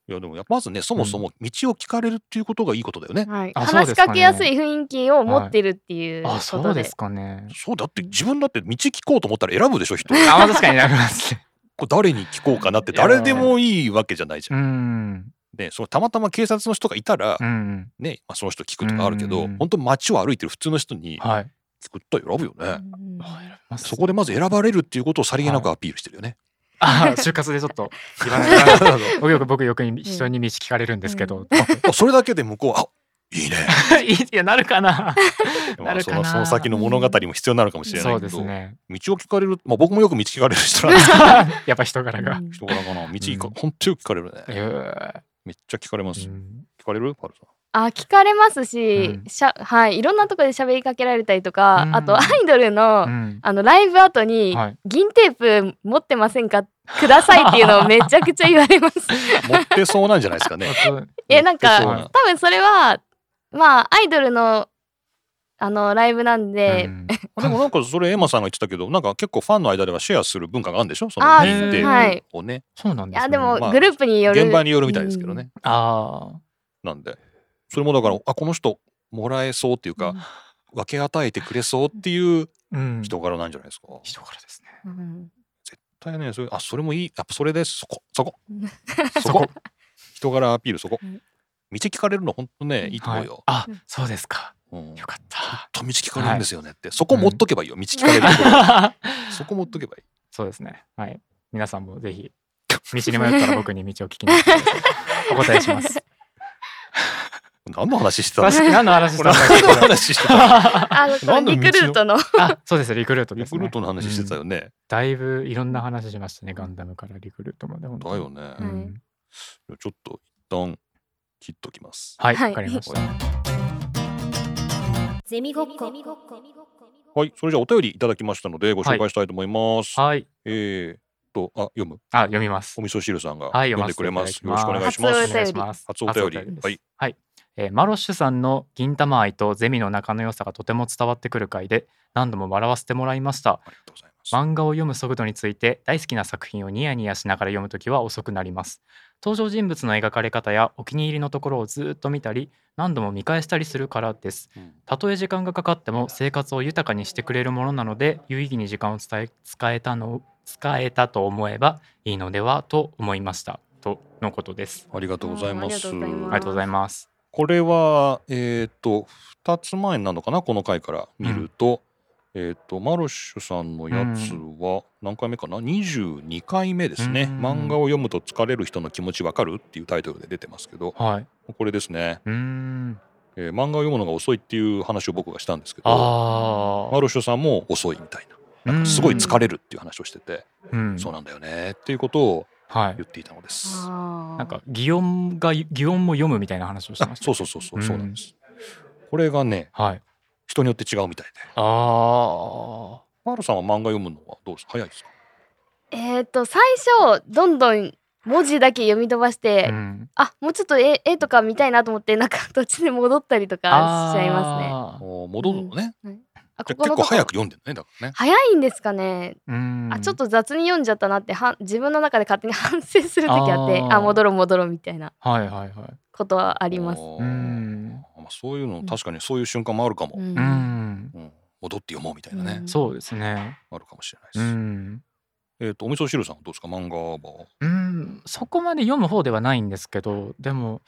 いやでもやまずねそもそも道を聞かれるっていうことがいいことだよね。はい、あそう話しですかねかけやすい雰囲気を持ってるっていうことで、あそうですかねそうだって自分だって道聞こうと思ったら選ぶでしょ人。あまあ確かになりますねこう誰に聞こうかなって誰でもいいわけじゃないじゃんう。んね、そのたまたま警察の人がいたら、うんねまあ、その人聞くとかあるけど、うん本当街を歩いてる普通の人にはい聞くと選ぶよね、うんそこでまず選ばれるっていうことをさりげなくアピールしてるよね、あ就活でちょっと言わない 僕よく僕よく人に道聞かれるんですけど、 あそれだけで向こうはあいいねいいいやなるか な まなあるそかのなその先の物語も必要になるかもしれなそいうけでど、すね道を聞かれる、まあ、僕もよく道聞かれる 人なんですけどやっぱ人柄が。人からかな道聞か、うん本当よく聞かれるねえめっちゃ聞かれます、ー聞かれるパルさんあ聞かれますし、うんしゃはいいろんなところで喋りかけられたりとか、うんあとアイドルの、うんあのライブ後にはい銀テープ持ってませんかくださいっていう のをめちゃくちゃ言われます持ってそうなんじゃないですかねえなんか持ってそう多分それはまあアイドルのあのライブなんで、うん あでもなんかそれエマさんが言ってたけどなんか結構ファンの間ではシェアする文化があるんでしょそのあー認は定いをね、そうなんいですねやでもまあグループによる、現場によるみたいですけどね、ああ。なんでそれもだからあこの人もらえそうっていうか、分け与えてくれそうっていううん人柄なんじゃないですか、絶人柄ですね。うん、うん対ねそれあそれもいいやっぱそれですそこそこそそここ人柄アピールそこうん道聞かれるの本当ねいいと思はういよ、。あ、そうですか。うんよか った。と道聞かれるんですよねって、そこ持っとけばいいよ道聞かれると ころそこ持っとけばいいそうですね。はい。皆さんもぜひ 道に迷ったら僕に道を聞きに来てくださいお答えします。何の話してたん詳ですしかく何の話しこたれんだっけ何の話して たああのこなのんでリクルートのそうですリクルートリです、クね、ルートの話してたよね。だいぶいろんな話しましたねガンダムからリクルートまで本当だによね。うはいんちょっと一旦切っときます。はいわ、はいかりましたゼミごっこはい、それじゃあお便りいただきましたのでご紹介したいと思います。はいえーっと、あ、読む。あ読みますお味噌汁さんがはい読んでくれ読まませす。ていよたろだしきくお願まいすしま初お便。りますす初お便りですはいはいえーマロッシュさんの銀玉愛とゼミの仲の良さがとても伝わってくる回で何度も笑わせてもらいましたありがとうございます。漫画を読む速度について大好きな作品をニヤニヤしながら読むときは遅くなります登場人物の描かれ方やお気に入りのところをずっと見たり何度も見返したりするからですうんたとえ時間がかかっても生活を豊かにしてくれるものなので有意義に時間を伝え使えたの使えたと思えばいいのではと思いましたとのことですありがとうございます。うんありがとうございますありがとうございますこれは、えーっと、2つ前なのかな、この回から見ると。えーっと、マロッシュさんのやつは何回目かな、22回目ですね、うん漫画を読むと疲れる人の気持ちわかるっていうタイトルで出てますけど、はいこれですね、うーんえー漫画を読むのが遅いっていう話を僕がしたんですけどあマロッシュさんも遅いみたいななんあかすごい疲れるっていう話をしてて、うんそうなんだよねっていうことをはい言っていたのです。ななんか擬音が擬音も読むみたいな話をしてあましたそうそうそうそううんそうなんです、これがねはい人によって違うみたいでああマールさんは漫画読むのはどうですか早いですかえっ、と最初どんどん文字だけ読み飛ばして、んあもうちょっと絵絵とか見たいなと思ってなんか 途中で戻ったりとかしちゃいますね。ああーー戻るのね、あじゃここあ結のと構こ早く読んでるねだからね早いんですかね、うんあちょっと雑に読んじゃったなってはん自分の中で勝手に 反省する時あってあーあ戻ろう戻ろうみたいなはいはいはいことはあります。おうーんまあ、そういうの確かにそういう瞬間もあるかも、ううんんうん戻って読もうみたいなね、うんそうですねあるかもしれないでうす、んえっ、とお味噌汁さんはどうですか漫画はうんそこまで読む方ではないんですけどでも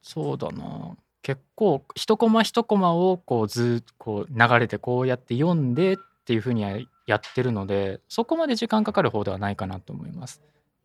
そうだな結構一コマ一コマをこうずっとこう流れてこうやって読んでっていうふうにはやってるのでそこまで時間かかる方ではないかなと思います。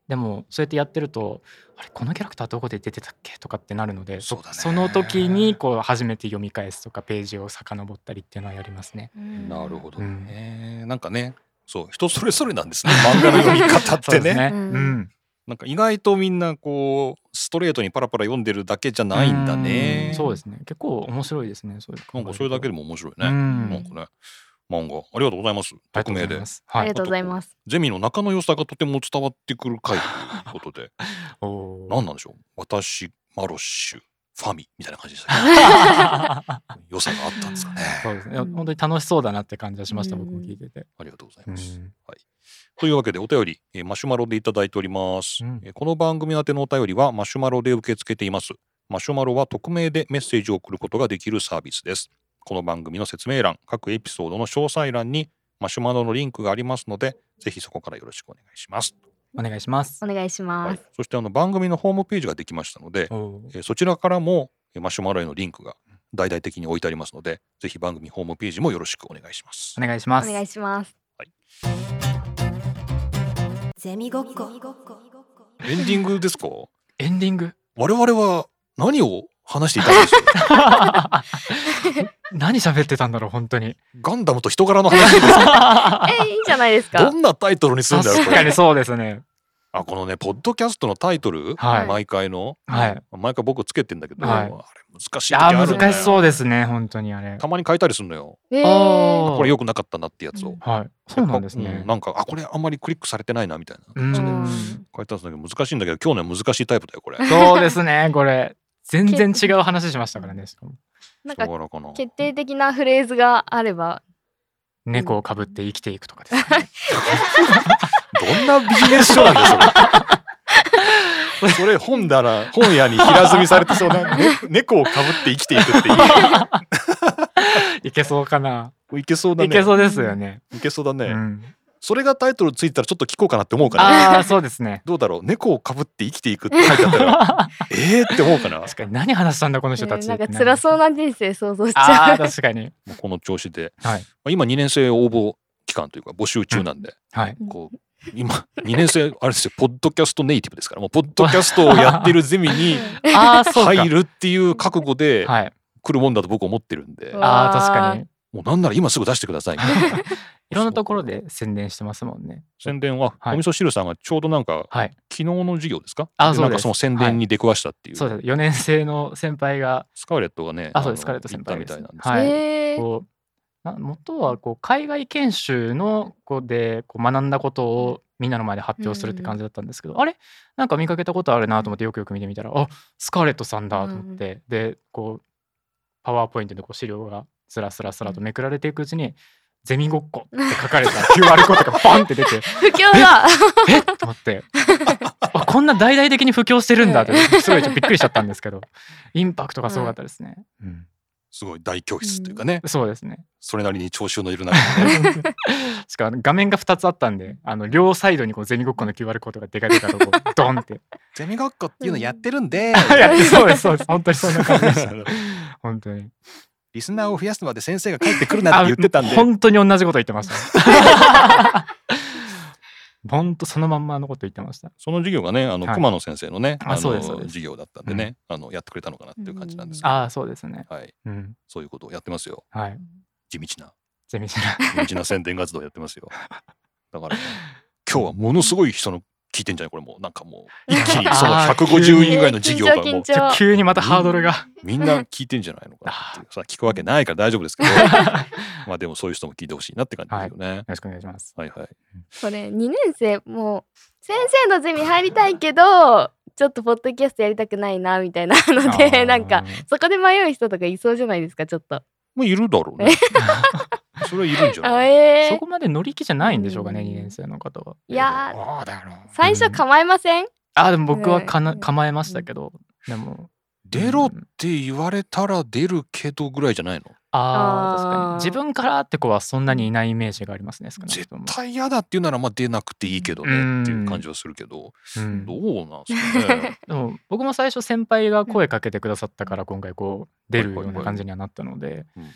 でもそうやってやってるとあれこのキャラクターどこで出てたっけとかってなるのでそうだねの時にこう初めて読み返すとかページを遡ったりっていうのはやりますね。うんなるほどうんね、なんかねそう人それぞれなんですね漫画の読み方ってそうでねすねうんうんなんか意外とみんなこうストレートにパラパラ読んでるだけじゃないんだねうんそうですね。結構面白いですね。そういうなんかそれだけでもも面白いね、うんなんかね漫画ありがとうございますありがとうご匿名ざいでます。あはりいが。とうございます。ゼミの仲の良さがとても伝わってくる 回ということでお何んなんでしょう私マロッシュファミみたいな感じでしたけだ。ど良さがあったんですか ね そうですね。うん本当に楽しそうだなって感じはしました。うん僕も聞いてて。ありがとうございうます、んというわけでお便り、えーマシュマロでいただいております、うんえーこの番組宛てのお便りはマシュマロで受け付けていますマシュマロは匿名でメッセージを送ることができるサービスですこの番組の説明欄各エピソードの詳細欄にマシュマロのリンクがありますのでぜひそこからよろしくお願いします、お願いしますお。願いしはまいす。、そしてあの番組のホームページができましたので、おーえーそちらからもえーマシュマロへのリンクが大々的に置いてありますのでぜひ番組ホームページもよろしくお願いしますお願いしまおす。願いします。ゼミごっこエンディングですかエンディ ング。我々は何を話していたんでしょう何喋ってたんだろう本当に。 ガンダムと人柄の話ですえいいじゃないですか。どんなタイトルにするんだろう確こかにれそうですね。あこのねポッドキャストのタイトル、はい毎回のはい。毎回僕つけてんだけど、はいあれ難しいい時やあるーんだよ難しそうですね本当にあれ。たまに変えたりするのよえーあーこれ良くなかったなってやつを、うんはい。そうなんですやっぱねう。なんかあこれあんまりクリックされてないなみたいな、うんうん変えたんですけど難しいんだけど今日のは難しいタイプだよこれそうですねこれ。全然違う話しましたからね。しかもなん人か柄かな 決定的なフレーズがあれば猫をかぶって生きていくとかです ね。どんなビジネス書なんだそれそれ本棚本屋に平積みされてそうな、ね猫をかぶって生きていくっていういけそうかな。いけそうだいねけそうですよね。いけそうだね、うんそれがタイトルついたらちょっと聞こうかなって思うかなあ あそうです ね。どうだろう猫をかぶって生きていくって書いてあったらえーって思うかな確かに何話したんだこの人たねち。なんか辛そうな人生想像しちあゃあう。確かに。もうこの調子で、はいまあ今2年生応募期間というか募集中なんで、はい。うんこう今、2年生、あれですよ、ポッドキャストネイティブですから、もう、ポッドキャストをやってるゼ ミにああそうか入るっていう覚悟ではい来るもんだと僕思ってるんで、うわああ確かにもうなんなら今すぐ出してくださいみたいな。いろんなところで宣伝してますもんね 宣伝は、はいお味噌汁さんがちょうどなんか、はい昨日の授業ですかあそうですなんかその宣伝に出くわしたっていう。そうです4年生の先輩がスカーレットがね、あそうですのスカーレット先輩行っですたみたいなんですはいえーこうな元はこう海外研修の子でこう学んだことをみんなの前で発表するって感じだったんですけど、あれなんか見かけたことあるなと思ってよくよく見てみたらあスカーレットさんだと思って、でこうパワーポイントでこう資料がスラスラスラとめくられていくうちに「ゼミごっこ」って書かれた QR コードがバンって出 て不況だ。えっと思ってあこんな大々的に布教してるんだってすごいちょっとびっくりしちゃったんですけどインパクトがすごかったですね。うんすごい大教室というかね、そうですねそれなりに聴衆の いる中で、しかも画面が2つあったんであの両サイドにこうゼミごっこの QR コードがでかでかとこ うドンってゼミ学校っていうのやってるんで、やってそうですそうです本当にそんな感じでした本当にリスナーを増やすまで先生が帰ってくるなっあて言ってたんで、本当に同じこと言ってましたね 本当そのまんまのこと言ってましたその授業がね、あの、はい熊野先生のね、ああそうのですそうです授業だったんでね、あのやってくれたのかなっていう感じなんですけど、ああそうですねはい、うんそういうことをやってますよ。はい地道な、ゼミじゃない地道な宣伝活動をやってますよ。だから、ね、今日はものすごい人の聞いてんじゃないこれもうなんかもう一気にそのあー 150人ぐらいの授業がも緊う張緊 張。急にまたハードルがみんな聞いてんじゃないのかな っていうさ聞くわけないから大丈夫 ですけどまあでもそういう人も聞いてほしいなって感じですよねよ。ろしくお願いしますはいはい。これ2年生もう先生のゼミ入りたいけどちょっとポッドキャストやりたくないなみたいなのあ ーでなんかそこで迷う人とかいそうじゃないですかちょっと。もういるだろうね。それはいるんじゃあ ないえ そーこまで乗り気じゃないんでしょうかねうん2年生の方はいやーああだろう。最初構えません、あーでも僕はかなうん構えましたけどでも出ろって言われたら出るけどぐらいじゃないのあー確かあーに自分からって子はそんなにいないイメージがありますね少な絶くとも対嫌だっていうならまあ出なくていいけどねっていう感じはするけど、うんどうなんすか ねでも僕も最初先輩が声かけてくださったから今回こう出るような感じにはなったのでうん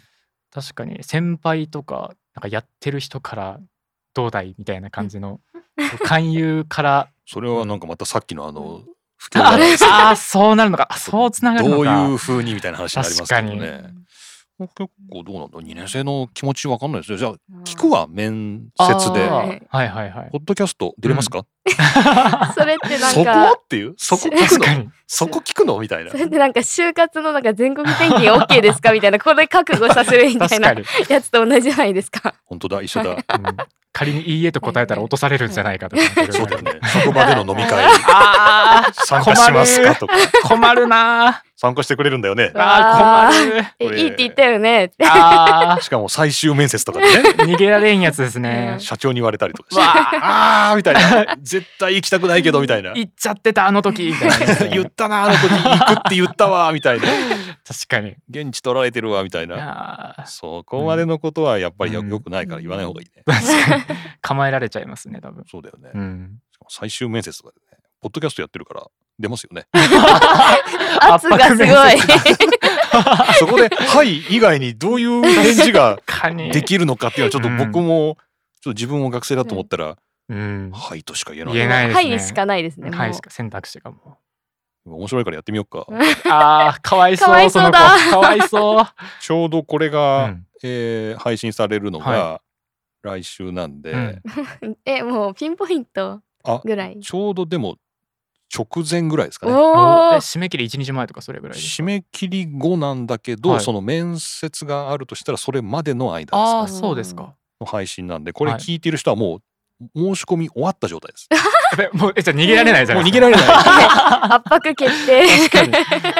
確かに先輩とかなんかやってる人からどうだいみたいな感じの勧誘からそれはなんかまたさっきのあの不況あだな あーそうなるのかあそうつながるどのうかいう風にみたいな話になりますけど確ね。結構どうなんだ2年生の気持ちわかんないですよ。じゃあうん聞くわ面接で。あーはいはいはいポッドキャスト出れますか、それってなそんこかっていうそこ聞く確かのにそこ聞くのみたいなそ。れってなんか就活のなんか全国転勤 OK ですかみたいなこれ覚悟させるみた確いかなに、うんやつと同じじゃないですか。本当だ一緒だ。仮に「いいえ」と答えたら落とされるんじゃないかとかそうだよね。職場での飲み 会あー参加しますかとか困るな参加してくれるんだよねー。あー困るえこれいいって言ったよねって。あしかも最終面接とかでねー逃げられんやつですね うん社長に言われたりとかして。わあーみたいな絶対行きたくないけどみたいな行っちゃってたあの時み たいな言ったなあの時行くって言ったわみたいな確かに現地取られてるわみたいなあーそこまでのことはやっぱりよ,、うんよくないから言わない方がいいね。確かに構えられちゃいますね多分そうだよね。うんしかも最終面接とかでね、ポッドキャストやってるから出ますよ ね。圧がすごい。圧そこで、はい以外にどういう返事がカニ できるのかっていうのはちょっとうん僕も、ちょっと自分も学生だと思ったら、うんはいとしか言えない。言えないですはねいしかないですね。もうはいしか選択肢がも面白いからやってみようか。うあーかわいそうかわいそうだの子かわいそうちょうどこれうが、んえー配信されるのがは来週なんで、うんえもうピンポイントあぐらい。ちょうどでも直前ぐらいですかね。おえお。締め切り1日前とかそれぐらいです締め切り後なんだけど、はいその面接があるとしたらそれまでの間ですねああそうですかの配信なんでこれはい聞いてる人はもう申し込み終わった状 態です。やべもうえじゃあ逃げられないじゃもなうい逃ですげかられない。圧迫決定。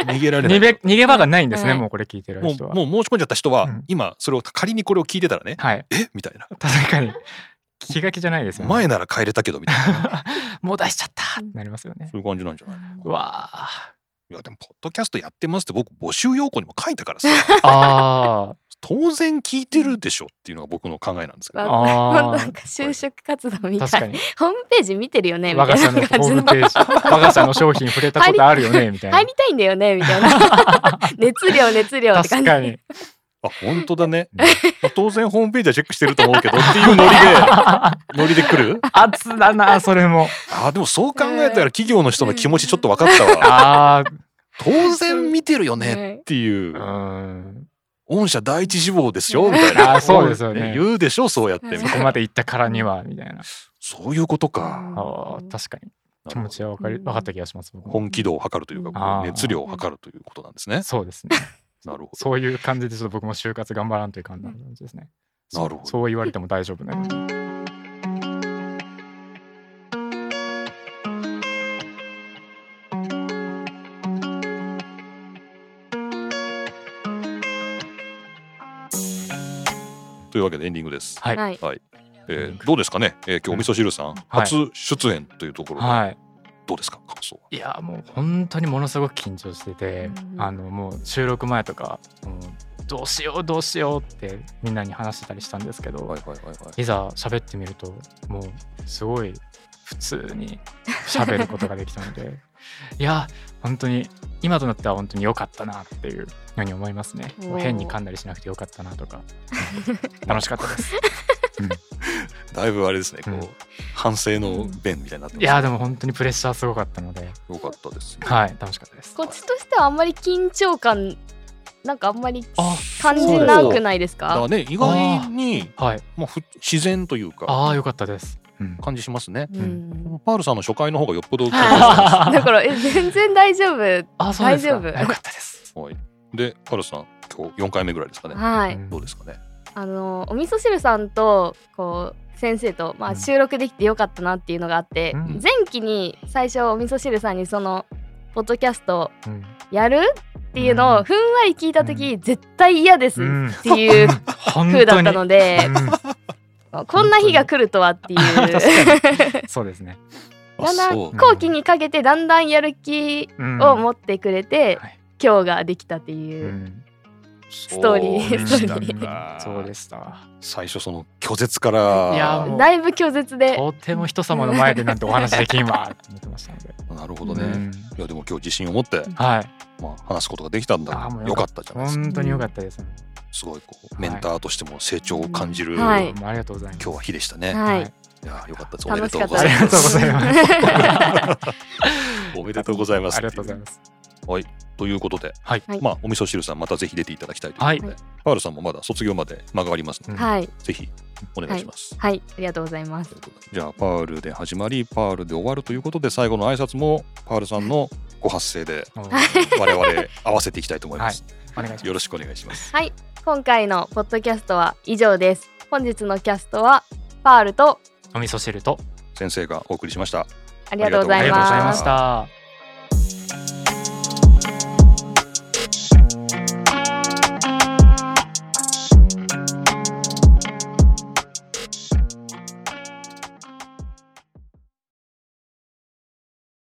逃げられな逃い。げ逃げ場がないんですね、はいもうこれ聞いてるも人は。うもう申し込んじゃった人は、うん今それを仮にこれを聞いてたらね、はい、えみたいな。確かに気が気じゃないですよ、ね。前なら帰れたけ どみたいな。もう出しちゃったってなりますよねそ。ういう感じなんじゃない。うわあ。いやでもポッドキャストやってますって僕募集要項にも書い たからさ、あ当然聞いてるでしょっていうのが僕の考えなんですけあ。ど。本当あなんか就職活動あ。み確たかい。に。ホームページ見てるよねみ我たが社いなのホ感じのーム。ページ。我が社の商品触れた ことあるよねみたいな 入。りたいんだよねみたいな。熱量熱量って確感かじ。に。あ本当だ ね、まあ当然ホームページはチェックしてると思うけどっていうノリでノリで来る圧だなそれもあでもそう考えたら企業の人の気持ちちょっと分かったわあ当然見てるよねねっていーううーん御社第一志望ですよみたい なあーそうですよね言うでしょそうやってみそたいこなまで行ったからにはみたいなそういうことかあー確かに気持ちは分かり分かった気がします僕も本気度を測るというかあこーう熱量を測るということなんですねそうですねなるほどそういう感じでちょっと僕も就活頑張らんという感じですねなるほどそう言われても大丈夫なようにというわけでエンディングですはいはいはい、えーどうですかね、えー今日お味噌汁さん、はい初出演というところで、はいどうですか感想はいやもう本当にものすごく緊張してて、うんあのもう収録前とかもうどうしようどうしようってみんなに話してたりしたんですけど、いはいはいはいい、ざ喋ってみるともうすごい普通に喋ることができたので いや本当に今となっては本当に良かったなっていうのに思いますねおー変に噛んだりしなくて良かったなとか楽しかったです だいぶあれですねこう、うん反省の弁みたいになってます、いやでも本当にプレッシャーすごかったのでよかったです、はい楽しかったですこっちとしてはあんまり緊張感なんかあんまりあ感じなくないですだからかね意外にはいまあ、ふ自然というかああ良かったです、うん感じしますねううんパールさんの初回の方がよっ ぽどだから え全然大丈夫あ、そうですか。大丈夫よかったです。はいでパールさん今日4回目ぐらいですかねはういんどうですかねあのお味噌汁さんとこう先生と、まうあ、ん収録できてよかったなっていうのがあって、うん前期に最初お味噌汁さんにそのポッドキャストうんやるっていうのをふんわり聞いた時、絶対嫌ですっうんていう本風だったうのんで、こんな日が来るとはってい 確う。かにそうですね。だんだんそうう後期にかけてだんだんやる気うんを持ってくれて、はい今日ができたってういう、んストーリーうんスそうトーリでしたそうかでした。最初その拒絶からいやもうだいぶ拒絶でとても人様の前でなんてお話できんわって思ってましたので。なるほどうね、んいやでも今日自信を持って、はい。まあ、話すことができたんだあーもうよよかかっったじゃないですか本当に良かったです。すごいこうはいメンターとしても成長を感じる、はいもうありがとうございます。今日は日でしたね、はいいやよかったですおめで楽しとうかったござあいりまがとうごすざいます。おめでとうございますありがとうございます。ということで、はいはいまあお味噌汁さんまたぜひ出ていただきたいということで、はパールさんもまだ卒業まで間がありますので、うん はいぜひお願いします、はいありがとうございますということでじゃあパールで始まりパールで終わるということで最後の挨拶もパールさんのご発声でおお我々合わせていきたいと思います、願いしよまろす。しくお願いしますはい今回のポッドキャストは以上です本日のキャストはパールとお味噌汁と先生がお送りしましたありがとうごあざりいがとうございまますした。